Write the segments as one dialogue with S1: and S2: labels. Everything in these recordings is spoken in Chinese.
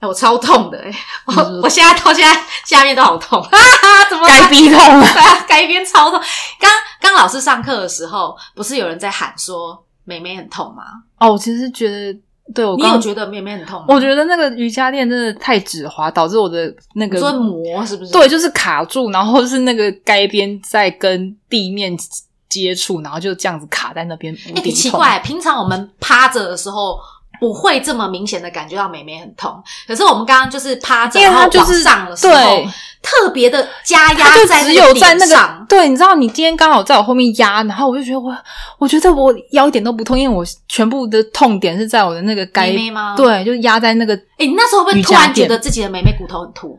S1: 哎，我超痛的、哎，我我现在到现在下面都好 痛，哈哈，怎么办
S2: 该逼痛了。
S1: 对啊，改编超痛。刚刚老师上课的时候，不是有人在喊说妹妹很痛吗？
S2: 哦，我其实觉得，对我
S1: 你有
S2: 刚，
S1: 觉得妹妹很痛吗？
S2: 我觉得那个瑜伽垫真的太止滑，导致我的那个
S1: 你说磨是不是？
S2: 对，，就是卡住，然后是那个该边在跟地面接触，然后就这样子卡在那边无
S1: 哎、
S2: 敌
S1: 你奇
S2: 痛。
S1: 怪，平常我们趴着的时候。不会这么明显的感觉到妹妹很痛，可是我们刚刚就是趴着，
S2: 因为
S1: 然
S2: 它
S1: 后
S2: 就
S1: 往
S2: 是
S1: 上的时候
S2: 对，，
S1: 特别的加压
S2: 它就
S1: 在
S2: 只有在那
S1: 那个点
S2: 个
S1: 上，
S2: 对，你知道，你今天刚好在我后面压，然后我就觉得我，我觉得我腰一点都不痛，因为我全部的痛点是在我的那个该
S1: 妹妹吗？哎、
S2: 对，就压在那个
S1: 你那时候会不会
S2: 瑜
S1: 突
S2: 伽
S1: 然觉
S2: 垫
S1: 得自己的妹妹骨头很凸？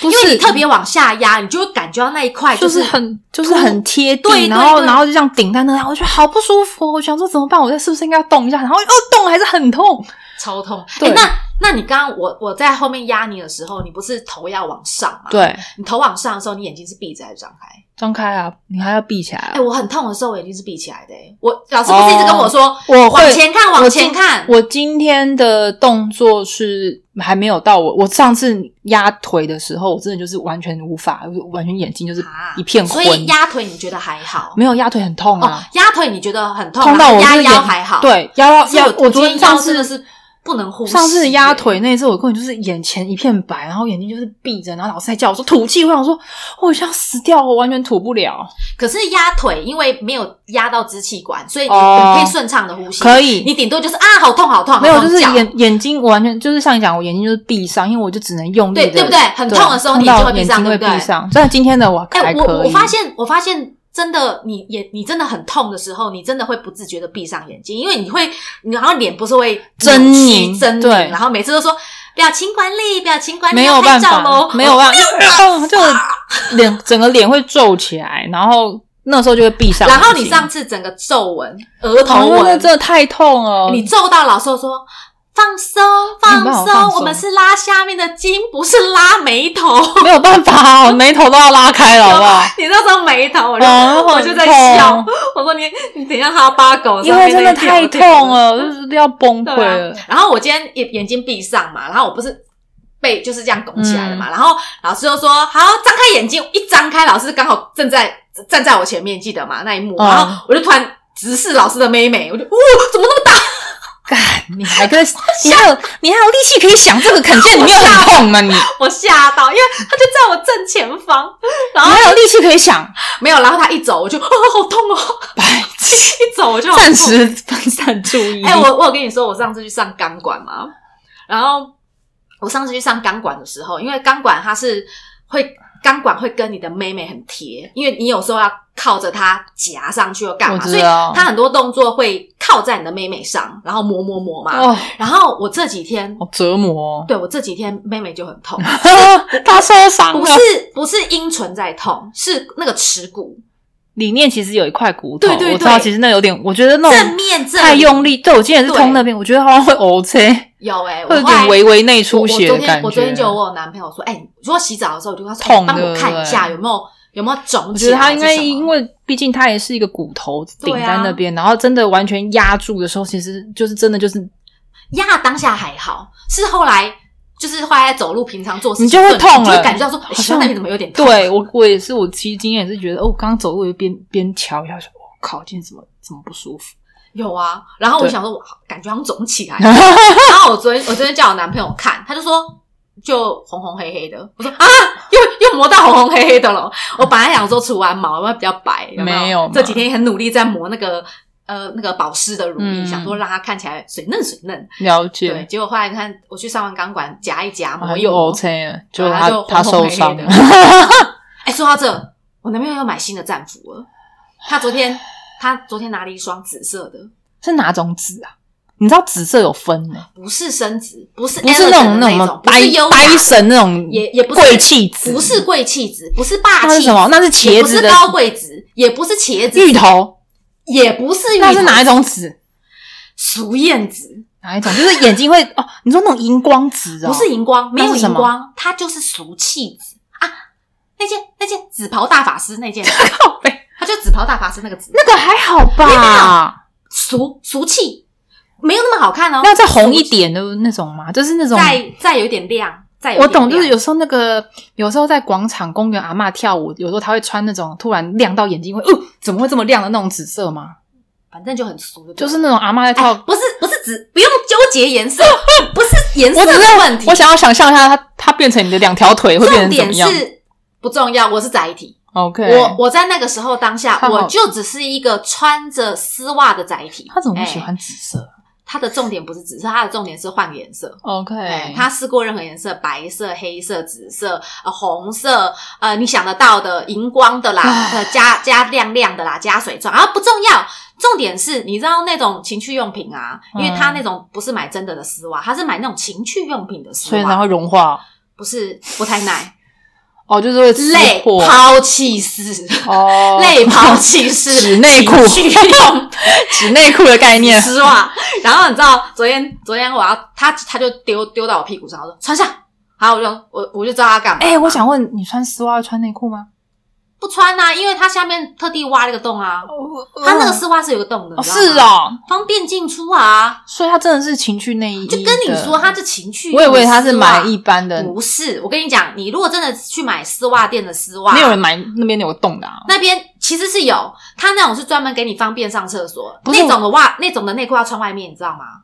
S2: 不
S1: 因为
S2: 是
S1: 你特别往下压，你就会感觉到那一块
S2: 就是
S1: 是
S2: 很就是很贴地，
S1: 对对
S2: 然后
S1: 对
S2: 然后就这样顶在那，然后我觉得好不舒服哦，我想说怎么办？我这是不是应该要动一下？然后哦，动还是很痛，
S1: 超痛。哎、
S2: 对
S1: 那那你刚刚我我在后面压你的时候，你不是头要往上吗？，
S2: 对，
S1: 你头往上的时候，你眼睛是闭着还是张开？
S2: 张开啊，你还要闭起来、啊
S1: 哎、。我很痛的时候，我眼睛是闭起来的、哎我老师不是一直跟我说，
S2: 我会
S1: 往前看，往前看。
S2: 哦我今天的动作是还没有到我，我上次压腿的时候，我真的就是完全无法，完全眼睛就是
S1: 啊
S2: 一片
S1: 所
S2: 昏。
S1: 以压腿你觉得还好？
S2: 没有压腿很痛
S1: 哦
S2: 啊，，
S1: 压腿你觉得很痛，
S2: 痛到我
S1: 然后
S2: 就
S1: 哦
S2: 是
S1: 压腰
S2: 眼
S1: 还好。，
S2: 对，压到
S1: 是
S2: 压
S1: 我
S2: 我昨
S1: 今
S2: 天
S1: 天
S2: 上
S1: 腰真
S2: 次
S1: 的是不能呼吸。
S2: 上次压腿
S1: 哎
S2: 那一次，我根本就是眼前一片白，然后眼睛就是闭着，然后老师还叫我说吐气，我想说我想死掉，我完全吐不了。
S1: 可是压腿，因为没有压到支气管，所以你
S2: 哦
S1: 你可以顺畅的呼吸。
S2: 可
S1: 你
S2: 以，
S1: 顶多就是啊，好痛，好痛，
S2: 没有
S1: 好痛
S2: 就是
S1: 叫
S2: 眼眼睛我完全就是像你讲，我眼睛就是闭上，因为我就只能用力
S1: 对
S2: 的，
S1: 对不对？很痛的时候，你就
S2: 到
S1: 会闭
S2: 眼
S1: 上，
S2: 睛
S1: 对
S2: 会
S1: 不对
S2: 闭？上。但今天的我
S1: 哎、
S2: 还
S1: 我
S2: 可以，
S1: 我发现，我发现真的，你眼你真的很痛的时候，你真的会不自觉的闭上眼睛，因为你会，你然后脸不是会
S2: 狰
S1: 扭曲
S2: 狞
S1: 狰狞，
S2: 对
S1: 然后每次都说表情管理，表情管理，
S2: 没
S1: 要
S2: 有
S1: 拍
S2: 办
S1: 照喽
S2: 法，，没有办法，哦就脸整个脸会皱起来，然后那时候就会闭上眼
S1: 然
S2: 睛。
S1: 后你上次整个皱纹、额头
S2: 头
S1: 纹，
S2: 纹真的太痛了，
S1: 你皱到老师会说放松，放
S2: 没有办法
S1: 松，
S2: 放松
S1: 我们是拉下面的筋，不是拉眉头。
S2: 没有办法，我眉头都要拉开了，好不好？
S1: 你那时候眉头，我就、
S2: 哦
S1: 我就在
S2: 很痛
S1: 笑， 我说你你等一下哈巴狗，
S2: 因为真
S1: 上面那
S2: 的太
S1: 一片
S2: 痛。了，就是要崩
S1: 对
S2: 溃
S1: 啊
S2: 了。，
S1: 然后我今天眼眼睛闭上嘛，然后我不是被就是这样拱起来的
S2: 嗯
S1: 嘛，然后老师就说好张开眼睛，一张开，老师刚好正在站在我前面，记得吗？那一幕，
S2: 嗯
S1: 然后我就突然直视老师的妹妹，我就哦，怎么那么大？
S2: 干、你 还跟你还有你还有力气可以想这个，肯定你没有很痛 嘛你，你
S1: 我吓到，因为她就在我正前方，然后
S2: 还有力气可以想，
S1: 没有，然后她一走我就哦好痛哦，
S2: 白痴，
S1: 一走我就好痛哦
S2: 暂时 分散注意 力。
S1: 哎、我我有跟你说，我上次去上钢管嘛，然后我上次去上钢管的时候，因为钢管它是会钢管会跟你的妹妹很贴，因为你有时候要靠着它夹上去又干嘛，
S2: 我
S1: 所
S2: 知
S1: 以
S2: 道
S1: 它很多动作会靠在你的妹妹上，然后磨磨磨嘛。
S2: 哦，
S1: 然后我这几天，
S2: 好折磨、哦，
S1: 对我这几天妹妹就很痛，
S2: 他受伤啊
S1: 不
S2: 了。
S1: 是不是阴唇在痛，是那个耻骨
S2: 里面其实有一块骨头，
S1: 对对
S2: 我知道，
S1: 对
S2: 其实那有点，我觉得那
S1: 正
S2: 种
S1: 面正
S2: 太用力，对我今天也是
S1: 对
S2: 痛那边，我觉得好像会呕车，
S1: 有哎、我
S2: 会有
S1: 后来
S2: 点微微内出血
S1: 我昨
S2: 的感
S1: 天
S2: 觉。
S1: 我昨天就有问我男朋友说，哎、如果洗澡的时候，我就跟他说，
S2: 痛
S1: 哎帮、我
S2: 对
S1: 看
S2: 不
S1: 一
S2: 对
S1: 下有没有有没有肿
S2: 我
S1: 起
S2: 觉得
S1: 来
S2: 他
S1: 还
S2: 应
S1: 是什么。
S2: 该，因为毕竟他也是一个骨头顶
S1: 对
S2: 在
S1: 啊
S2: 那边，然后真的完全压住的时候，其实就是真的就是
S1: 哦压当下还好，是后来就是后来走路平常做事情，
S2: 你就会痛了
S1: 你就会感觉到说，哎
S2: 像
S1: 膝盖那边怎么有点痛？
S2: 对我我也是，我其实今天也是觉得，哦，我刚刚走路我就边边瞧一下，说，我、哦靠，今天怎么怎么不舒服？
S1: 有啊。然后我
S2: 对
S1: 想说，我感觉好像肿起 来了。然后我昨天我昨天叫我男朋友看，他就说。就红红黑黑的，我说啊，又又磨到红红黑黑的了。我本来想说除完毛有没有比较白，有
S2: 没
S1: 有
S2: 有
S1: 这几天也很努力在磨那个呃那个保湿的乳液，
S2: 嗯
S1: 想说让它看起来水嫩水嫩。
S2: 了
S1: 对，
S2: 解，
S1: 结果后来你看，我去上完钢管夹一夹，
S2: 啊
S1: 磨一
S2: 又
S1: 磨，
S2: OK 了，
S1: 对
S2: 就
S1: 他
S2: 他
S1: 就
S2: 他
S1: 红
S2: 受
S1: 红黑黑
S2: 伤
S1: 的
S2: 了，
S1: 哎、说到这，我男朋友又买新的战服了。他昨天他昨天拿了一双紫色的，
S2: 是哪种紫啊？你知道紫色有分 呢，
S1: 不是深紫，不是
S2: 不是那
S1: Allergen
S2: 种
S1: 的
S2: 那
S1: 那
S2: 种
S1: 不
S2: 呆
S1: 是优雅
S2: 呆神那种，
S1: 也也不是
S2: 贵气紫，
S1: 不是贵气质，不是霸
S2: 那是
S1: 气，
S2: 什么？？那是
S1: 也
S2: 茄
S1: 不
S2: 子
S1: 是
S2: 的
S1: 高贵子，也不是茄子，
S2: 芋头，
S1: 也不是芋头，
S2: 那是哪一？种紫？
S1: 熟燕子，
S2: 哪一种？就是眼睛会 哦，你说那种荧光紫哦，
S1: 不是荧光，没
S2: 那
S1: 有
S2: 是什
S1: 荧
S2: 么
S1: 光，它就是俗气子啊。那件那件紫袍大法师那 件，
S2: 靠背，
S1: 它就紫袍大法师那个紫，
S2: 那个还好
S1: 没有
S2: 吧？
S1: 俗俗气，没有那么好看哦。
S2: 那再红一点的那种嘛，就是那种
S1: 再再有一点亮，再有一
S2: 我
S1: 点亮
S2: 懂，就是有时候那个，有时候在广场、公园，阿嬷跳舞，有时候她会穿那种突然亮到眼睛会，哦、怎么会这么亮的那种紫色嘛？
S1: 反正就很俗的，
S2: 就是那种阿嬷在跳，
S1: 哎，不是不是只不用纠结颜 色，不是颜
S2: 我
S1: 色
S2: 只
S1: 的
S2: 是
S1: 问题
S2: 我，想要想象一下它，它变成你的两条腿会变
S1: 重
S2: 成怎
S1: 点
S2: 么样
S1: 是不重要，我是载体。
S2: ？OK，
S1: 我我在那个时候当下，
S2: 看好
S1: 我就只是一个穿着丝袜的载体。
S2: 他怎么会喜
S1: 哎？
S2: 欢紫色、
S1: 它的重点不是紫色，它的重点是换个颜色。
S2: o k
S1: 哎，他试过任何颜色，白色、黑色、紫色、呃、红色，呃，你想得到的，荧光的啦，
S2: 唉
S1: 呃，加加亮亮的啦，加水状，啊，不重要。重点是，你知道那种情趣用品啊，因为
S2: 嗯
S1: 他那种不是买真的的丝袜，他是买那种情趣用品的丝
S2: 所以它
S1: 袜，
S2: 会融化
S1: 不是不太耐，
S2: 哦，就是会撕
S1: 累
S2: 破
S1: 抛弃式，
S2: 哦，
S1: 累抛弃式
S2: 纸内裤
S1: 情趣用品
S2: 纸内裤的概 念，
S1: 丝袜。 然后你知道，昨天昨天我要他他就丢丢到我屁股上，我说穿上，然后我就我我就知道他干嘛。
S2: 哎、我想问你穿丝袜会穿内裤吗？
S1: 不穿呐、因为它下面特地挖了一个洞啊。它那个丝袜是有个洞的，
S2: 哦
S1: 你知道吗
S2: 是，哦，
S1: 方便进出啊。
S2: 所以它真的是情趣内衣的，
S1: 就跟你说，它是情趣用
S2: 我以
S1: 的丝袜。
S2: 为他是买一般的，
S1: 不是，我跟你讲，你如果真的去买丝袜店的丝袜，
S2: 没有人买那边有洞的、啊。
S1: 那边其实是有，它那种是专门给你方便上厕所，
S2: 不是
S1: 那种的袜，那种的内裤要穿外面，你知道吗？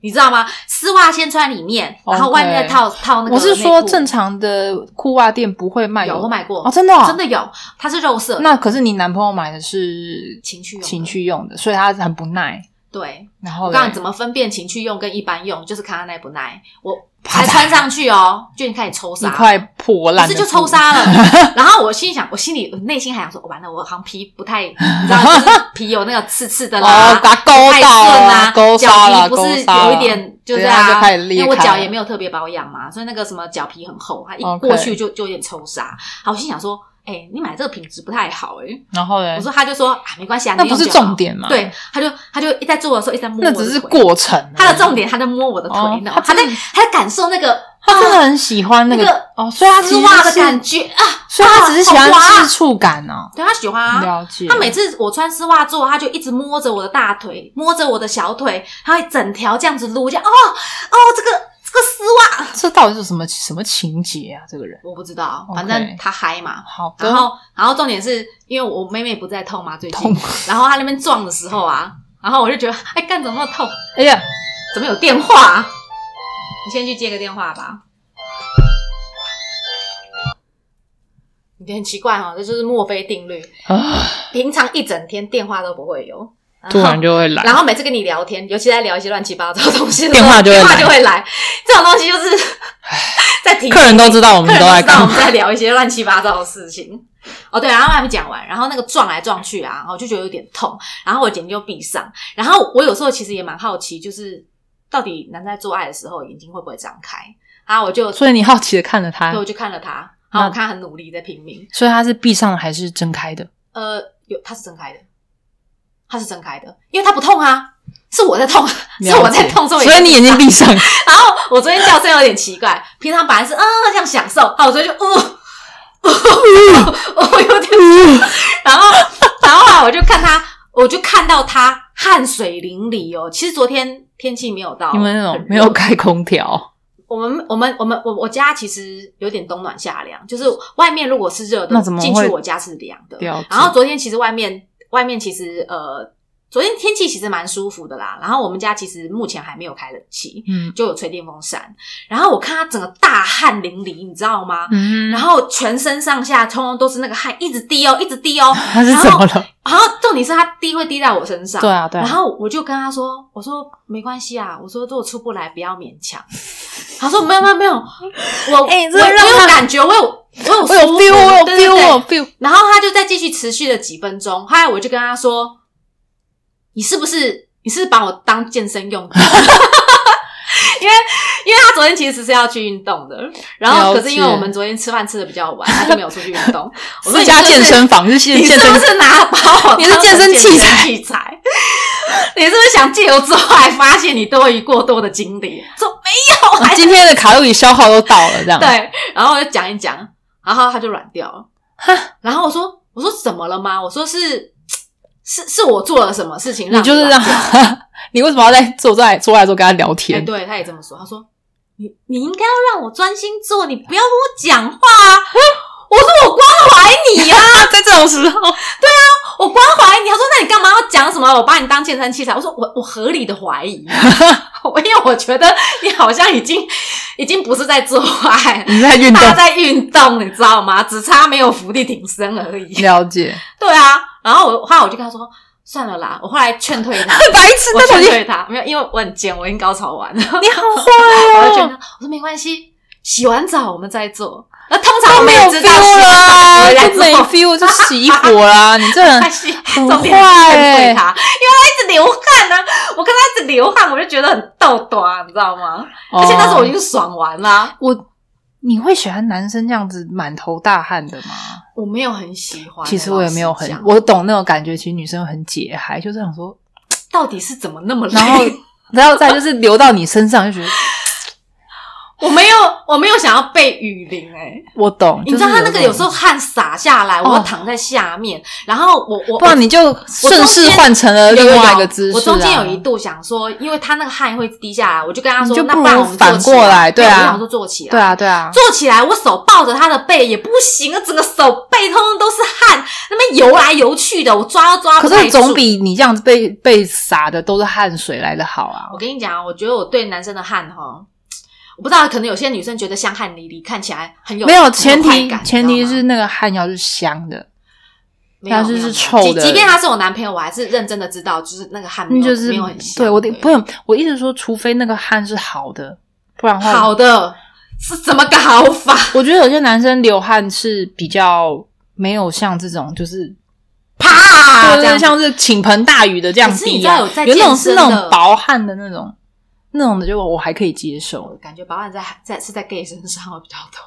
S1: 你知道吗？丝袜先穿里面，然后
S2: OK
S1: 外面再套套那个内裤。
S2: 哦我是说，正常的裤袜店不会卖
S1: 有我买过，
S2: 哦，真的、哦、
S1: 真的有，它是肉色的
S2: 那可是你男朋友买的是
S1: 情趣用的
S2: 情趣用的，所以他很不耐。
S1: 对，
S2: 然后
S1: 我告诉你
S2: 嘞
S1: 怎么分辨情趣用跟一般用，就是看它耐不耐。我
S2: 啪
S1: 才
S2: 嚓
S1: 穿上去哦，就已经开始抽
S2: 一
S1: 纱，
S2: 块破
S1: 不
S2: 烂
S1: 是
S2: 的
S1: 就
S2: 布
S1: 抽纱 了。然后我心里想，我心里我内心还想说，哦完了，我好像皮不太，你知道， 就是皮有那个刺刺的啦，
S2: 哦，把它勾
S1: 不太
S2: 到
S1: 顺
S2: 了
S1: 啊，
S2: 勾
S1: 脚
S2: 沙了，
S1: 皮不
S2: 勾
S1: 是
S2: 沙
S1: 有一
S2: 了
S1: 点就
S2: 对
S1: 是
S2: 它就
S1: 啊，
S2: 开始裂
S1: 因为我
S2: 开
S1: 脚
S2: 了
S1: 也没有特别保养嘛，所以那个什么脚皮很厚，它一
S2: OK
S1: 过去就就有点抽纱。好，我心想说，哎、你买这个品质不太好哎、
S2: 然后嘞
S1: 我，说他就说啊，没关系啊，
S2: 那
S1: 你
S2: 不
S1: 用
S2: 是
S1: 就好
S2: 重点嘛？
S1: 对，，他就他就一在做的时候一直在摸
S2: 那
S1: 我的
S2: 只是
S1: 腿
S2: 过程啊而已。
S1: 他的重点，他在摸我的腿，
S2: 哦
S1: 你知道吗？
S2: 他
S1: 他在
S2: 真的
S1: 他在感受那个
S2: 他真的很喜欢那
S1: 那
S2: 个
S1: 个
S2: 哦，所以他其
S1: 丝袜
S2: 实
S1: 的
S2: 是
S1: 感，觉啊，
S2: 所以他只是喜欢
S1: 啊好滑
S2: 接触感哦。
S1: 对他喜欢啊。
S2: 了解，
S1: 他每次我穿丝袜做，他就一直摸着我的大腿，摸着我的小腿，他会整条这样子撸，这样哦哦，这个这个丝袜，
S2: 这到底是什么什么情节啊？这个人，
S1: 我不知道，
S2: OK 哦
S1: 反正他嗨嘛。
S2: 好的，
S1: 然后然后重点是因为我妹妹不在痛嘛，最近
S2: 痛，
S1: 然后她那边撞的时候啊，然后我就觉得哎干怎么那么痛？
S2: 哎呀，
S1: 怎么有电话、啊？你先去接个电话吧。你很奇怪哦，这就是墨菲定律。
S2: 啊
S1: 平常一整天电话都不会有，
S2: 突然就会来，
S1: 然后每次跟你聊天，尤其在聊一些乱七八糟的东西的时候，
S2: 电话就会
S1: 电话就会
S2: 来
S1: 来。这种东西就是 在提
S2: 客人都知道我
S1: 客
S2: 们
S1: 人
S2: 都
S1: 都
S2: 在
S1: 知道我
S2: 干嘛
S1: 们。在聊一些乱七八糟的事情。哦，对，然后还没讲完，然后那个撞来撞去啊，然后我就觉得有点痛，然后我眼睛就闭上。然后我有时候其实也蛮好奇，就是到底男在做爱的时候眼睛会不会张开？然后我就，
S2: 所以你好奇的看着他
S1: 对，，我就看了他，
S2: 那
S1: 然后我看他很努力在拼命。
S2: 所以他是闭上的还是睁开的？
S1: 呃，有，他是睁开的，他是睁开的，因为他不痛啊，是我在痛，啊，是我在痛，
S2: 所以你眼睛闭上，
S1: 然后我昨天叫声有点奇怪，平常本来是啊这样享受，啊我昨天就哦，我有点，然后然后啊我就看他，我就看到他汗水淋漓哦。其实昨天天气没有到，
S2: 你们那种没有开空调，
S1: 我们我们我们我我家其实有点冬暖夏凉，就是外面如果是热的，
S2: 那怎么会
S1: 进去我家是凉的？
S2: 了解
S1: 然后昨天其实外面外面其实呃，昨天天气其实蛮舒服的啦。然后我们家其实目前还没有开冷气，
S2: 嗯
S1: 就有吹电风扇。然后我看他整个大汗淋漓，你知道吗？
S2: 嗯，
S1: 然
S2: 后
S1: 后全身上下通通都是那个汗，一直滴哦，一直滴哦。
S2: 他是怎么了？
S1: 然后重点是他滴会滴在我身上，
S2: 对啊，对
S1: 然
S2: 啊，
S1: 后我就跟他说：“我说没关系啊，我说如果出不来，不要勉强。”他说：“没有没有没有，我、
S2: 哎你
S1: 我
S2: 真的让
S1: 我有
S2: 他
S1: 感觉，我有我有
S2: 我有
S1: 舒服
S2: feel，我有
S1: 对对
S2: feel，
S1: 对
S2: 我有 feel，
S1: 然后他就再继续持续了几分钟，后来我就跟他说：“你是不是你是不是把我当健身用的？” 因为因为他昨天其实是要去运动的，然后
S2: 了
S1: 可是因为
S2: 解
S1: 我们昨天吃饭吃的比较晚，他就没有出去运 动。我说
S2: 私
S1: 你
S2: 家
S1: 是不是
S2: 健身房是健
S1: 你
S2: 健
S1: 是不
S2: 身，
S1: 是拿把我
S2: 你是
S1: 当成
S2: 健身器材
S1: 器材？ 你是不是想借由做爱发现你多余过多的精力？说没 有，还是
S2: 啊今天的卡路里消耗都到了，这样，
S1: 对，然后我就讲一讲，然后他就软掉了
S2: 哈。
S1: 然后我说我说怎么了吗？我说是是是我做了什么事情让
S2: 你就是
S1: 这
S2: 让
S1: 样？
S2: 你为什么要在坐在坐下来的时候跟他聊
S1: 哎、
S2: 天？
S1: 对，他也这么说，他说你你应该要让我专心做，你不要跟我讲话 啊！我说我关怀你啊，
S2: 啊，在这种时候，
S1: 我关怀你。他说那你干嘛要讲什么？我把你当健身器材。我说我我合理的怀疑，啊 我因为我觉得你好像已经已经不是在做爱，
S2: 你在运动
S1: 他，在运动，你知道吗？只差没有伏地挺身而已。
S2: 了解，
S1: 对啊，然后我后来我就跟他说算了啦，我后来劝退 他。
S2: 白痴，
S1: 我
S2: 那
S1: 劝
S2: 种
S1: 退他，没有，因为我很贱，我已经高潮完了。
S2: 你好坏
S1: 我
S2: 哦
S1: 就，觉得，我说没关系，洗完澡我们再做。那通常我
S2: 都
S1: 们
S2: 没有
S1: 也知道洗
S2: feel
S1: 完澡
S2: 啦
S1: 回，来
S2: 就
S1: 之
S2: 没
S1: 后，
S2: feel 就 熄火啦，你这人
S1: 他洗
S2: 很
S1: 重点
S2: 坏
S1: 是针
S2: 欸
S1: 对他，因为他一直流汗呢、啊我看他一直流汗，我就觉得很逗短，你知道吗？而且那时候我已
S2: 哦
S1: 经爽完啦，
S2: 我。你会喜欢男生这样子满头大汗的吗？
S1: 我没有很喜欢。 欸
S2: 其实我也没有很
S1: 老实，讲
S2: 我懂那种感觉。其实女生会很解嗨，就是想 说，
S1: 到底是怎么那么累？
S2: 然后，然后再就是流到你身上，就觉得
S1: 我没有，我没有想要被雨淋哎、欸
S2: 我 懂。
S1: 你知道
S2: 就是
S1: 他那个有时候
S2: 种，
S1: 汗洒下来，我
S2: 哦
S1: 又躺在下面，然后我我
S2: 不然你就顺势换成了另外一个姿势、啊。
S1: 我中间有一度想说，因为他那个汗会滴下来，我就跟他
S2: 你
S1: 说，
S2: 就
S1: 那
S2: 不
S1: 不然
S2: 如
S1: 我们坐
S2: 反
S1: 起
S2: 过来
S1: 来，
S2: 对啊
S1: 没有我想说坐起来，
S2: 对啊，对啊，
S1: 坐起来，我手抱着他的背也不行啊，整个手背通通都是汗，那边游来游去的，我抓都抓不
S2: 可
S1: 太
S2: 是
S1: 住
S2: 总比你这样子被被洒的都是汗水来的好啊
S1: 我。跟你讲啊，我觉得我对男生的汗哈。我不知道，可能有些女生觉得香汗淋漓，看起来很有
S2: 没有
S1: 很
S2: 前
S1: 快
S2: 提
S1: 感，
S2: 前
S1: 你
S2: 提
S1: 知道吗
S2: 是那个汗要是香的，
S1: 没有
S2: 但是
S1: 没有没
S2: 是
S1: 有
S2: 臭的
S1: 即即便他是我男朋友，我还是认真的知道，就是那个汗没
S2: 那
S1: 有
S2: 就是
S1: 没有很香
S2: 对我的
S1: 对
S2: 不用，我一直说，除非那个汗是好的，不然的话，
S1: 好的是怎么个好 法？
S2: 我觉得有些男生流汗是比较没有像这种就是
S1: 啪，
S2: 就
S1: 啊这
S2: 是
S1: 样子
S2: 像是倾盆大雨的这样
S1: 可是你
S2: 滴
S1: 知
S2: 啊，
S1: 道有在
S2: 那种
S1: 健
S2: 是
S1: 身
S2: 那种
S1: 的
S2: 薄汗的那种，那种的就我还可以接受，
S1: 感觉保安在在是在 gay 身上会比较 多，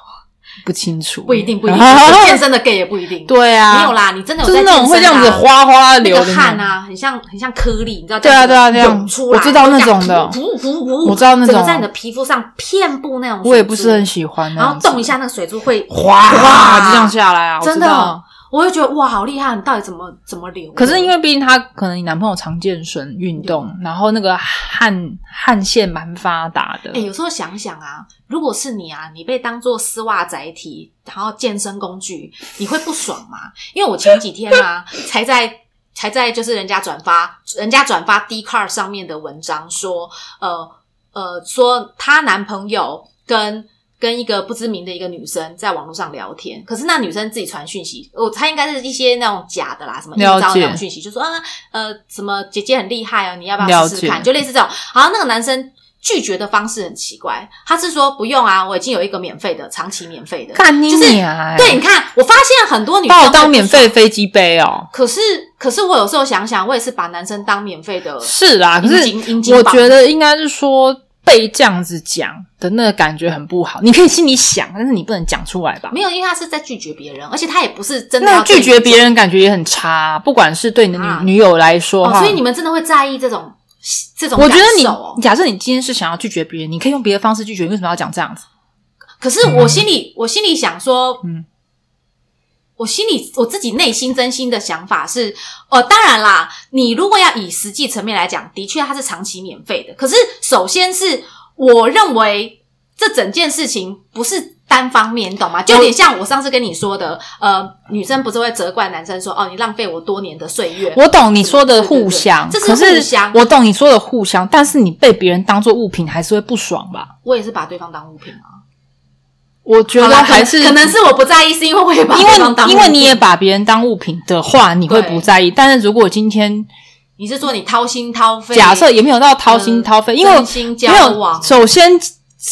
S2: 不清楚，
S1: 不一定不一 定，有健身的 gay 也不一定，、
S2: 啊对啊，
S1: 没有，啦，你真的有
S2: 就
S1: 在
S2: 是
S1: 健身、
S2: 那
S1: 啊、
S2: 种会这样子哗哗
S1: 那
S2: 流
S1: 个
S2: 的那
S1: 汗
S2: 种
S1: 啊，很像很像颗粒，你知道？
S2: 对啊
S1: 这样子
S2: 对啊对啊
S1: 涌出来
S2: 我知道那种的
S1: 这样噗噗噗噗
S2: 我知道那种
S1: 整个在你的皮肤上遍布那种水珠，
S2: 我也不是很喜欢那
S1: 然
S2: 样子，
S1: 后动一下那个水珠会
S2: 哗哗就这样下来啊，我
S1: 真
S2: 知道
S1: 的。哦我就觉得哇，好厉害！你到底怎么怎么流的？
S2: 可是因为毕竟他可能你男朋友常健身运动，然后那个汗汗腺蛮发达的，
S1: 哎、有时候想想啊，如果是你啊，你被当做丝袜载体，然后健身工具，你会不爽吗？因为我前几天啊，才在才在就是人家转发人家转发 d c a r 上面的文章说，呃呃，说她男朋友跟。跟一个不知名的一个女生在网络上聊天，可是那女生自己传讯息，我猜应该是一些那种假的啦，什么阴
S2: 了
S1: 招的那
S2: 解
S1: 种讯息，就说啊呃什么姐姐很厉害哦，你要不要
S2: 了
S1: 试试
S2: 解
S1: 看？就类似这种。好，那个男生拒绝的方式很奇怪，他是说不用啊，我已经有一个免费的，长期免费的。
S2: 干你
S1: 就是
S2: 娘欸
S1: 对，你看，我发现很多女生
S2: 把我
S1: 会
S2: 当
S1: 不
S2: 免
S1: 爽
S2: 费。飞机杯哦。
S1: 可是，可是我有时候想想，我也是把男生当免费的，
S2: 是啦，可
S1: 阴茎
S2: 是
S1: 阴茎
S2: 我
S1: 棒
S2: 觉得应该是说被这样子讲的那个感觉很不好。你可以心里想，但是你不能讲出来吧？
S1: 没有，因为他是在拒绝别人，而且他也不是真的
S2: 那
S1: 要
S2: 拒绝别
S1: 人、
S2: 人感觉也很差，不管是对你的女、
S1: 啊
S2: 女友来说
S1: 哦，
S2: 哈。
S1: 所以你们真的会在意这种这种
S2: 我
S1: 感
S2: 觉得你、
S1: 受哦。
S2: 假设你今天是想要拒绝别人，你可以用别的方式拒绝，你为什么要讲这样子？
S1: 可是我心里，我心里想说，
S2: 嗯
S1: 嗯，我心里我自己内心真心的想法是，呃，当然啦，你如果要以实际层面来讲，的确它是长期免费的。可是首先是我认为这整件事情不是。单方面，你懂
S2: 哎
S1: 吗？就有点像我上次跟你说的，呃，女生不是会责怪男生说：“哦，你浪费我多年的岁月。”
S2: 我懂你说的互相，
S1: 嗯对对
S2: 可
S1: 对这是
S2: 是
S1: 互相
S2: 我懂你说的互相，但是你被别人当做物品，还是会不爽吧？
S1: 我也是把对方当物品啊。
S2: 我觉
S1: 好
S2: 得
S1: 啦
S2: 还是
S1: 可能可能是我不在意，是因为我也把
S2: 因
S1: 对方当物
S2: 为因
S1: 品
S2: 为你也把别人当物品的话，你会
S1: 对
S2: 不在意。但是如果今天
S1: 你是说你掏心掏肺，
S2: 假设也没有到掏心
S1: 呃
S2: 掏肺，因为
S1: 真心交
S2: 没有。
S1: 往
S2: 首先，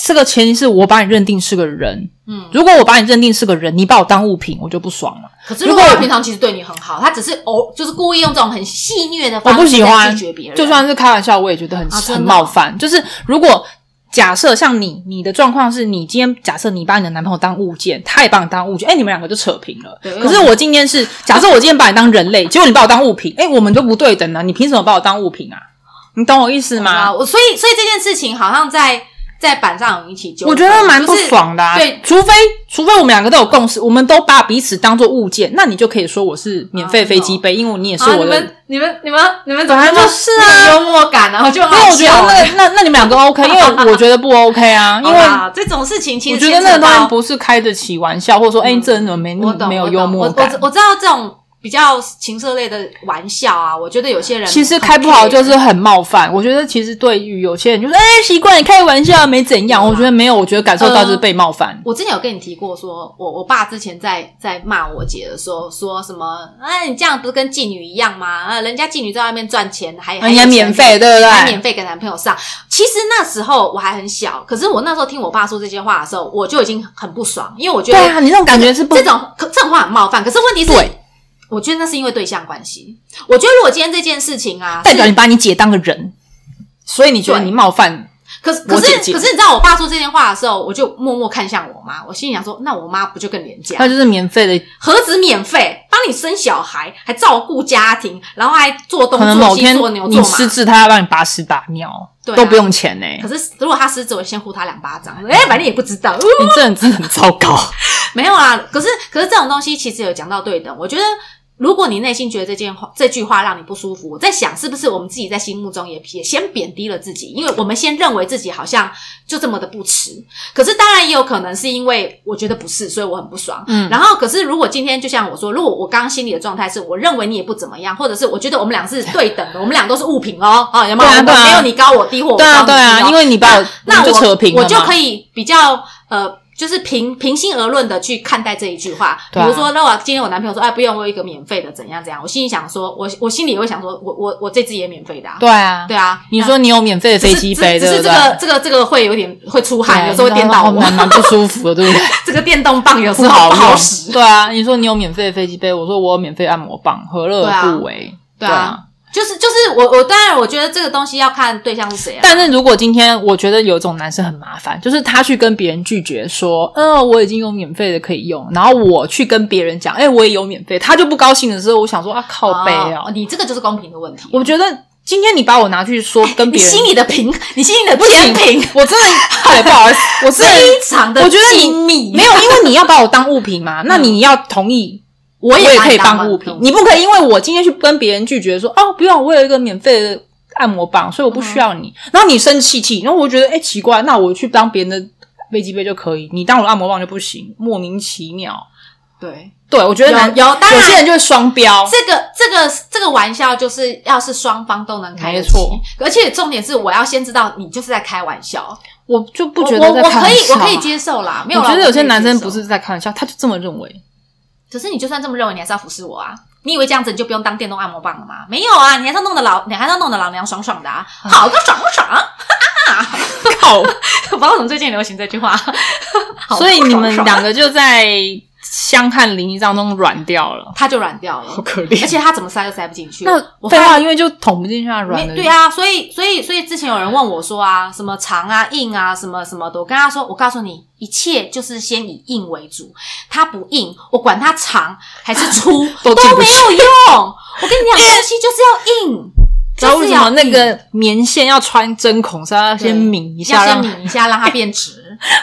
S2: 这个前提是我把你认定是个人。
S1: 嗯
S2: 如果我把你认定是个人，你把我当物品，我就不爽了。
S1: 可是如
S2: 如
S1: 果
S2: 果
S1: 他平常其实对你很好，他只是偶就是故意用这种很戏谑的
S2: 我
S1: 方
S2: 不
S1: 式
S2: 喜
S1: 在
S2: 欢
S1: 拒绝别，人，
S2: 就算是开玩笑，我也觉得很、
S1: 啊真的哦
S2: 很冒犯。就是如果假设像你，你的状况是你今天假设你把你的男朋友当物件，他也把你当物件，哎、你们两个就扯平了
S1: 对。嗯
S2: 可是我今天是假设我今天把你当人类，结果你把我当物品，哎、我们就不对等了。你凭什么把我当物品啊？你懂我意思吗？
S1: 啊，我所以所以这件事情好像在在板上有一起纠纷，
S2: 我觉得蛮不
S1: 就是
S2: 爽的、啊
S1: 对，
S2: 除非除非我们两个都有共识，我们都把彼此当做物件，那你就可以说我是免费飞机杯，因为你也是
S1: 啊，
S2: 我
S1: 你
S2: 的。
S1: 们你们你们你们怎么那
S2: 本来
S1: 么
S2: 就是啊
S1: 那么幽默感然后就很
S2: 因为
S1: 好
S2: 我觉
S1: 笑
S2: 得
S1: 欸
S2: 那那那你们两个 OK，因为我觉得不 OK 啊，因
S1: 好
S2: 为
S1: 啦这种事情其
S2: 我
S1: 实
S2: 觉得
S1: 牵
S2: 那
S1: 扯
S2: 个东西
S1: 到
S2: 不是开得起玩笑，或者说哎、
S1: 嗯
S2: 这人怎么没
S1: 我懂
S2: 没有
S1: 我懂
S2: 幽默
S1: 我我
S2: 感
S1: 知？我知道这种比较情色类的玩笑啊，我觉得有些人
S2: 其实
S1: 很
S2: 开不好
S1: care
S2: 就是很冒犯。我觉得其实对于有些人就是哎习惯你开玩笑没怎样，
S1: 对啊嗯
S2: 我觉得没有，我觉得感受到就是被冒犯。
S1: 我之前有跟你提过说，我我爸之前在在骂我姐的时候，说什么啊，你这样不是跟妓女一样吗？啊，人家妓女在外面赚钱，还还
S2: 人家
S1: 有钱
S2: 啊免费
S1: 给
S2: 对不对
S1: 还免费给男朋友上。其实那时候我还很小，可是我那时候听我爸说这些话的时候，我就已经很不爽，因为我觉
S2: 对
S1: 得
S2: 啊，你那种感觉是不
S1: 这种可这种话很冒犯。可是问题是
S2: 对，
S1: 我觉得那是因为对象关系。我觉得如果今天这件事情啊，
S2: 代表你把你姐当个人，所以你觉得
S1: 对
S2: 你冒犯
S1: 可是
S2: 我
S1: 可是
S2: 姐姐
S1: 可是你知道，我爸说这件话的时候，我就默默看向我妈，我心里想说，那我妈不就更廉价？
S2: 那就是免费的，
S1: 何止免费，帮你生小孩，还照顾家庭，然后还做东
S2: 可能
S1: 做
S2: 某
S1: 西
S2: 天
S1: 做牛做
S2: 你
S1: 马
S2: 失。智，他要帮你把屎把尿，
S1: 对啊
S2: 都不用 钱呢、
S1: 可是如果他失职，我先呼他两巴掌。哎、反正也不知道，呜
S2: 你这人真的很糟糕。
S1: 没有啊。可是可是这种东西其实有讲到对等，我觉得。如果你内心觉得这件话、这句话让你不舒服，我在想是不是我们自己在心目中也也先贬低了自己，因为我们先认为自己好像就这么的不耻。可是当然也有可能是因为我觉得不是，所以我很不爽。
S2: 嗯
S1: 然后，可是如果今天就像我说，如果我刚刚心里的状态是我认为你也不怎么样，或者是我觉得我们俩是对等的，我们俩都是物品哦，啊，有没有？
S2: 对啊对啊
S1: 没有你高我低或我
S2: 对
S1: 高
S2: 啊，
S1: 你低
S2: 对啊，
S1: 哦
S2: 因为你把我，
S1: 那我
S2: 我就扯平了
S1: 我就
S2: 嘛
S1: 可以比较呃，就是平平心而论的去看待这一句话。
S2: 对啊
S1: 比如说，那我今天我男朋友说，哎，不用，我有一个免费的，怎样怎样，我心里想说，我我心里也会想说，我我我这只也免费的、啊，
S2: 对啊。
S1: 对啊，
S2: 你
S1: 那
S2: 说你有免费的
S1: 只
S2: 飞
S1: 是
S2: 机杯，
S1: 只
S2: 对
S1: 只是
S2: 不
S1: 这
S2: 对？
S1: 个这个这个会有点会出汗，
S2: 对
S1: 有时候会颠倒
S2: 然后
S1: 我，
S2: 蛮蛮不舒服的，对不对？
S1: 这个电动 棒有时
S2: 不
S1: 候
S2: 好
S1: 不好
S2: 用
S1: 使，
S2: 对啊，你说你有免费的飞机杯，我说我有免费按摩棒，何乐
S1: 对啊
S2: 而不为？
S1: 对啊。就是就是我我当然我觉得这个东西要看对象是谁啊，
S2: 但是如果今天我觉得有一种男生很麻烦，就是他去跟别人拒绝说，嗯、我已经有免费的可以用，然后我去跟别人讲，哎、我也有免费，他就不高兴的时候，我想说啊，靠背啊，
S1: 哦，你这个就是公平的问题，
S2: 我觉得今天你把我拿去说跟
S1: 你
S2: 别人，
S1: 心里的平，你心里的
S2: 不
S1: 天
S2: 行
S1: 平，，
S2: 我真的对，不好意思，我真的
S1: 非常的
S2: 我觉得你
S1: 精密嗯
S2: 没有，因为你要把我当物品嘛，那你要同意。我
S1: 也把
S2: 可
S1: 你
S2: 以
S1: 当
S2: 当物
S1: 当
S2: 品
S1: 物，品
S2: 你不可以因为我今天去跟别人拒绝说哦，不用，我有一个免费的按摩棒，所以我不需
S1: 嗯
S2: 要你。然后你生气气，然后我觉得哎、奇怪，那我去当别人的飞机杯就可以，你当我的按摩棒就不行，莫名其妙。
S1: 对。
S2: 对，我觉得
S1: 有
S2: 男
S1: 有当然
S2: 有些人就是双标，
S1: 这个这个这个玩笑就是要是双方都能开得
S2: 没
S1: 起
S2: 错，
S1: 而且重点是我要先知道你就是在开玩笑，
S2: 我就不
S1: 我
S2: 觉得
S1: 我
S2: 在
S1: 我
S2: 开
S1: 可以
S2: 玩笑
S1: 我
S2: 啊
S1: 可以。接受啦，没有
S2: 我
S1: 啦。
S2: 觉得有些
S1: 可以
S2: 男生
S1: 接受
S2: 不，是在开玩笑，他就这么认 为。
S1: 可是你就算这么认为，你还是要服侍我啊。你以为这样子你就不用当电动按摩棒了吗？没有啊，你还是要弄得老，你还是要弄得老娘爽爽的啊，好个爽爽！啊
S2: 靠，
S1: 不知道为什么最近流行这句话，好
S2: 所以你
S1: 爽
S2: 们
S1: 爽啊
S2: 两个就在相看淋漓当中软掉了。
S1: 他就软掉了，
S2: 可
S1: 而。且他怎么塞都塞不进去。
S2: 那
S1: 我
S2: 废
S1: 发
S2: 话，因为就捅不进去啊，软
S1: 没
S2: 的。
S1: 对，啊，所以所以所以之前有人问我说啊，什么长啊、硬啊、什么什么的，我跟他说，我告诉你，一切就是先以硬为主，它不硬，我管它长还是粗
S2: 都
S1: 没
S2: 进不去
S1: 有用。我跟你讲，东西就是要 硬，
S2: 知道
S1: 就
S2: 为
S1: 是
S2: 什么
S1: 要
S2: 那
S1: 硬
S2: 个棉线要穿针孔是要先抿一
S1: 要
S2: 下，
S1: 先
S2: 让
S1: 拧一下，让它变 直，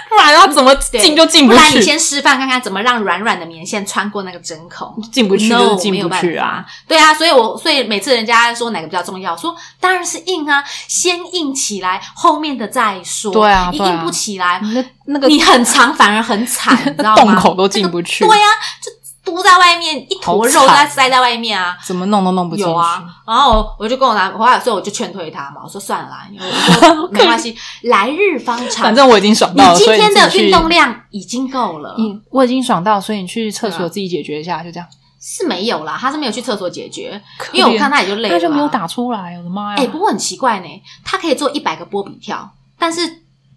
S2: 不然要怎么
S1: 对
S2: 进就进
S1: 不然
S2: 去
S1: 你，先示范看看怎么让软软的棉线穿过那个针孔。
S2: 进不去
S1: no,
S2: 就是进
S1: 没有
S2: 不
S1: 办
S2: 去
S1: 法
S2: 啊。。
S1: 对啊，所以我所以每次人家说哪个比较重要，我说当然是硬啊，先硬起来，后面的再说。
S2: 对啊
S1: 你
S2: 对啊
S1: 硬不起来，
S2: 那那个
S1: 你很长反而很 惨，你知道吗？
S2: 洞口都进不去
S1: 那个对呀、就嘟在外面，一坨肉
S2: 好
S1: 在
S2: 惨
S1: 塞在外面啊。
S2: 怎么弄都弄不进去
S1: 有。啊，然后我就跟我男，我后来说我就劝退他嘛，我说算了啦，因为我 说没关系，来日方长。
S2: 反正我已经爽
S1: 你
S2: 到了，
S1: 今
S2: 所以
S1: 天
S2: 自
S1: 的
S2: 己去嗯
S1: 运动，量已经够了，
S2: 你我已经爽到，所以你去厕
S1: 对啊
S2: 所自己解决一下，就这样。
S1: 是没有啦，他是没有去厕所解决，
S2: 可
S1: 因为我
S2: 怜
S1: 看他也就累了
S2: 他
S1: 啊，
S2: 就没有打出来，我的妈呀！
S1: 哎、不过很奇怪呢，他可以做一百个波比跳，但是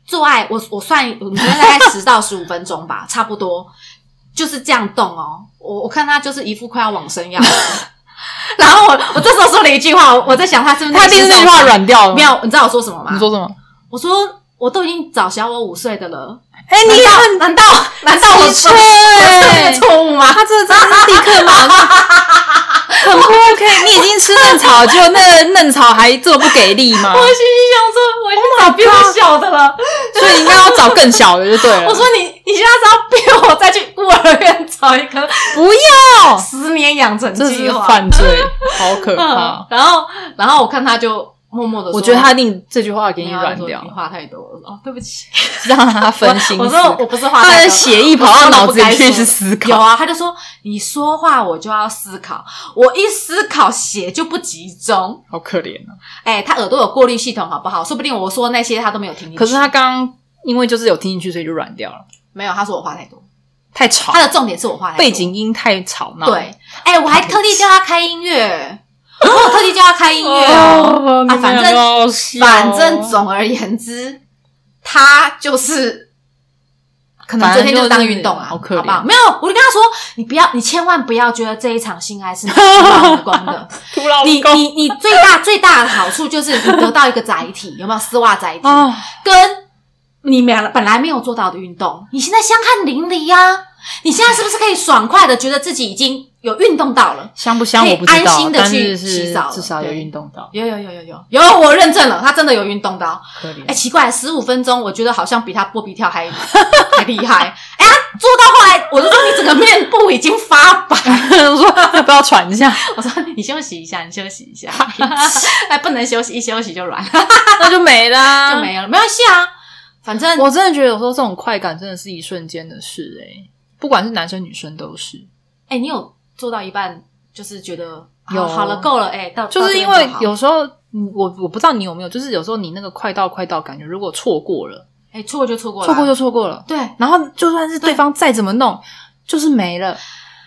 S1: 做爱我我算我们昨天大概十到十五分钟吧， 差不多就是这样动哦。我我看他就是一副快要往生样 子。然后我我这时候说了一句话，我我在想他是不是
S2: 他
S1: 内
S2: 第一
S1: 心
S2: 次那句话
S1: 受伤
S2: 软掉了，
S1: 没有？你知道我说什么吗？
S2: 你说什么？
S1: 我说我都已经找小我五岁的了，
S2: 哎，
S1: 难
S2: 你
S1: 道
S2: 很
S1: 难 道难道我
S2: 机车
S1: 错
S2: 哎
S1: 我是错误吗？
S2: 他这真的是立刻马 上很不 OK。你已经吃嫩草，就那个嫩草还这么不给力吗？Oh
S1: 我心里想说，我现法比我小的了。
S2: 所以你应该要找更小的就对 了。
S1: 我说你，你现在是要逼我再去孤儿院找一个
S2: 不要，
S1: 十年养成
S2: 这
S1: 计
S2: 是
S1: 划？
S2: 犯罪，好可
S1: 嗯
S2: 怕。
S1: 然后，然后我看他就默默的，
S2: 我觉得他一定这句话给
S1: 你
S2: 你软掉
S1: 你，话太多了。哦，对不起，
S2: 让他分心思。
S1: 我说我不是话
S2: 他
S1: 太
S2: 的
S1: 多。
S2: 血意跑到脑子里去是思
S1: 有
S2: 考，
S1: 啊，他就说你说话我就要思考，我一思考血就不集中。
S2: 好可怜啊！
S1: 哎、他耳朵有过滤系统好不好？说不定我说那些他都没有听进去。
S2: 可是他刚刚因为就是有听进去，所以就软掉了，
S1: 没有，他说我话太多。
S2: 太吵，
S1: 他的重点是我话太多
S2: 背景音太吵闹。
S1: 对，哎、我还特地叫他开音乐，我有特地叫他开音乐哦。
S2: 哦，你
S1: 啊反正
S2: 们两个好笑哦
S1: 反正总而言之，他就是可能
S2: 反
S1: 昨
S2: 正
S1: 天就
S2: 就是是
S1: 当运动啊，
S2: 好可怜
S1: 好不好？没有，我就跟他说，你不要，你千万不要觉得这一场性爱是徒劳无功 的。
S2: 徒劳
S1: 你
S2: 无功
S1: 你你最大 最大的好处就是你得到一个载体，有没有丝袜载 体？
S2: 啊，
S1: 跟你们俩本来没有做到的运动，你现在相看淋漓呀、你现在是不是可以爽快的觉得自己已经有运动到了？
S2: 香不香
S1: 可以
S2: 我不知
S1: 安
S2: 道
S1: 心，地
S2: 但
S1: 去
S2: 是
S1: 洗
S2: 是
S1: 澡了
S2: 至少有
S1: 对
S2: 运动到，
S1: 有有有有有有，我认证了，他真的有运动到。
S2: 可怜
S1: 哎、。奇怪，十五分钟，我觉得好像比他波比跳还 还厉害。哎、他做到后来，我就说你整个面部已经发白。
S2: 我说要不要喘一 下？
S1: 我说你休息一下，你休息一下。
S2: 那
S1: 哎，不能休息，一休息就 软
S2: 就没啦，
S1: 就没有了，没关系啊，反正
S2: 我真的觉得有时候这种快感真的是一瞬间的事哎、不管是男生女生都是，
S1: 哎、你有做到一半就是觉得好
S2: 有
S1: 好了，够了，哎、到
S2: 就是因
S1: 到这边
S2: 为
S1: 就好
S2: 有时候嗯我我不知道你有没有，就是有时候你那个快到快到感觉，如果错过了，
S1: 哎、错过就错过了，
S2: 错过就错过了，
S1: 对，
S2: 然后就算是对嗯方再怎么弄，就是没了，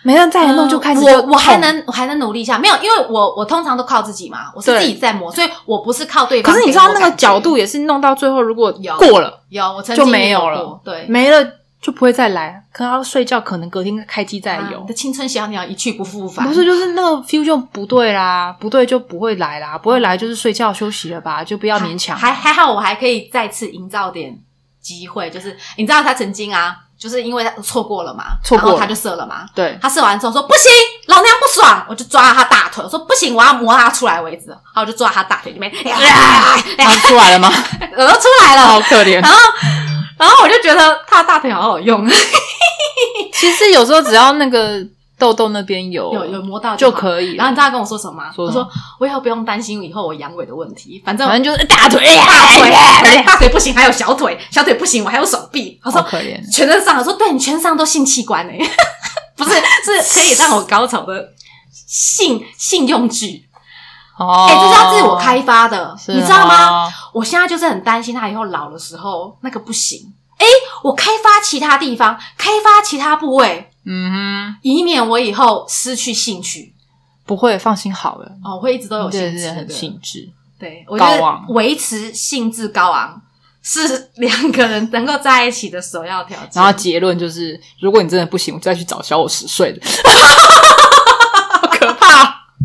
S2: 没了再来弄就开始就
S1: 我我还
S2: 痛，
S1: 能我还能努力一下，没有，因为我我通常都靠自己嘛，我是
S2: 对
S1: 自己在磨，所以我不是靠对
S2: 可
S1: 方。
S2: 是你知道那个角度，也是弄到最后，如果
S1: 有
S2: 过了
S1: 有我曾经
S2: 就没有
S1: 有
S2: 了
S1: 过，对，
S2: 没了就不会再来，可能要睡觉，可能隔天开机再
S1: 啊
S2: 有
S1: 你的。青春小鸟一去不复返，
S2: 不是，就是那个 feel 就不对啦，不对就不会来啦，不会来就是睡觉休息了吧，就不要勉强。
S1: 还还好，我还可以再次营造点机会，就是你知道他曾经啊，就是因为他错过了嘛，
S2: 错过
S1: 然后
S2: 了
S1: 他就射了嘛，
S2: 对，
S1: 他射完之后说不行，老娘不爽，我就抓他大腿，我说不行，我要磨他出来为止。然后我就抓他大腿里面，
S2: 啊出来了 吗？
S1: 耳朵出来了。
S2: 好可怜。
S1: 然后我就觉得他的大腿好好用，
S2: 其实有时候只要那个痘痘那边有
S1: 有有磨到
S2: 哦就
S1: 好。
S2: 可以
S1: 然后
S2: 了
S1: 你知道他跟我说什么吗？
S2: 说
S1: 我
S2: 什么
S1: 说我以后不用担心以后我阳痿的问题，反正
S2: 反
S1: 我
S2: 正就是哎大腿，哎
S1: 大腿大腿不行，还有小腿，小腿不行，我还有手臂。他
S2: 好
S1: 说
S2: 可怜。
S1: 全身上，我说对你全上都性器官哎、 不是是可以让我高潮的性性用具，
S2: 哦，
S1: 哎、这是要自我开发的，
S2: 是啊哦
S1: 你知道吗？
S2: 吗？
S1: 我现在就是很担心他以后老的时候那个不行。哎，我开发其他地方，开发其他部位，
S2: 嗯哼，
S1: 以免我以后失去兴趣。
S2: 不会，放心好了，
S1: 哦，我会一直都有兴
S2: 对
S1: 致
S2: 对，
S1: 的，
S2: 很兴致。
S1: 对，我觉
S2: 高
S1: 得
S2: 昂
S1: 维持兴致高昂是两个人能够在一起的首要条件。
S2: 然后结论就是，如果你真的不行，我就再去找小我十岁的。